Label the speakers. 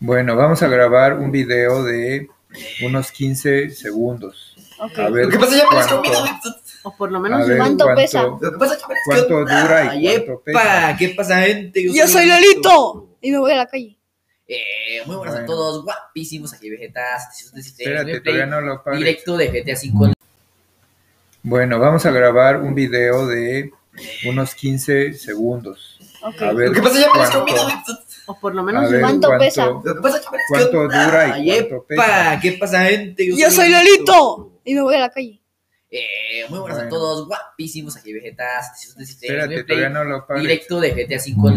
Speaker 1: Bueno, vamos a grabar un video de unos 15 segundos.
Speaker 2: Ok.
Speaker 1: A ver
Speaker 3: Lo que pasa es que ya me las
Speaker 1: cuánto-
Speaker 3: comí,
Speaker 2: O por lo
Speaker 1: a
Speaker 2: menos
Speaker 1: ver
Speaker 2: igual.
Speaker 1: cuánto,
Speaker 4: ¿Cuánto pesa?
Speaker 3: Lo que pasa es que me las
Speaker 1: cuánto dura y
Speaker 3: Ay,
Speaker 1: cuánto pesa.
Speaker 3: epa, ¿Qué pasa, gente?
Speaker 4: Yo soy Lolito y me voy a la calle.
Speaker 3: Eh, muy buenas a
Speaker 1: Bueno.
Speaker 3: todos, guapísimos aquí, vegetas. 716,
Speaker 1: Espérate,
Speaker 3: gameplay
Speaker 1: todavía no lo apagues.
Speaker 3: Directo de GTA 5.
Speaker 1: Bueno, vamos a grabar un video de unos 15 segundos.
Speaker 4: Ok.
Speaker 1: A ver
Speaker 3: Lo que pasa es que ya me las comí.
Speaker 1: cuánto,
Speaker 2: O por lo
Speaker 1: a
Speaker 2: menos
Speaker 1: ver
Speaker 2: igual.
Speaker 4: ¿Cuánto pesa?
Speaker 3: Lo que pasa es que me las
Speaker 1: cuánto
Speaker 3: comí.
Speaker 1: dura y
Speaker 3: Ay,
Speaker 1: cuánto pesa.
Speaker 3: epa, ¿Qué pasa, gente?
Speaker 4: Yo soy Lolito y me voy a la calle.
Speaker 3: Eh, muy buenas a
Speaker 1: Bueno.
Speaker 3: todos, guapísimos aquí, vegetas. 716,
Speaker 1: Espérate,
Speaker 3: gameplay
Speaker 1: todavía no lo apagues.
Speaker 3: Directo de GTA 5.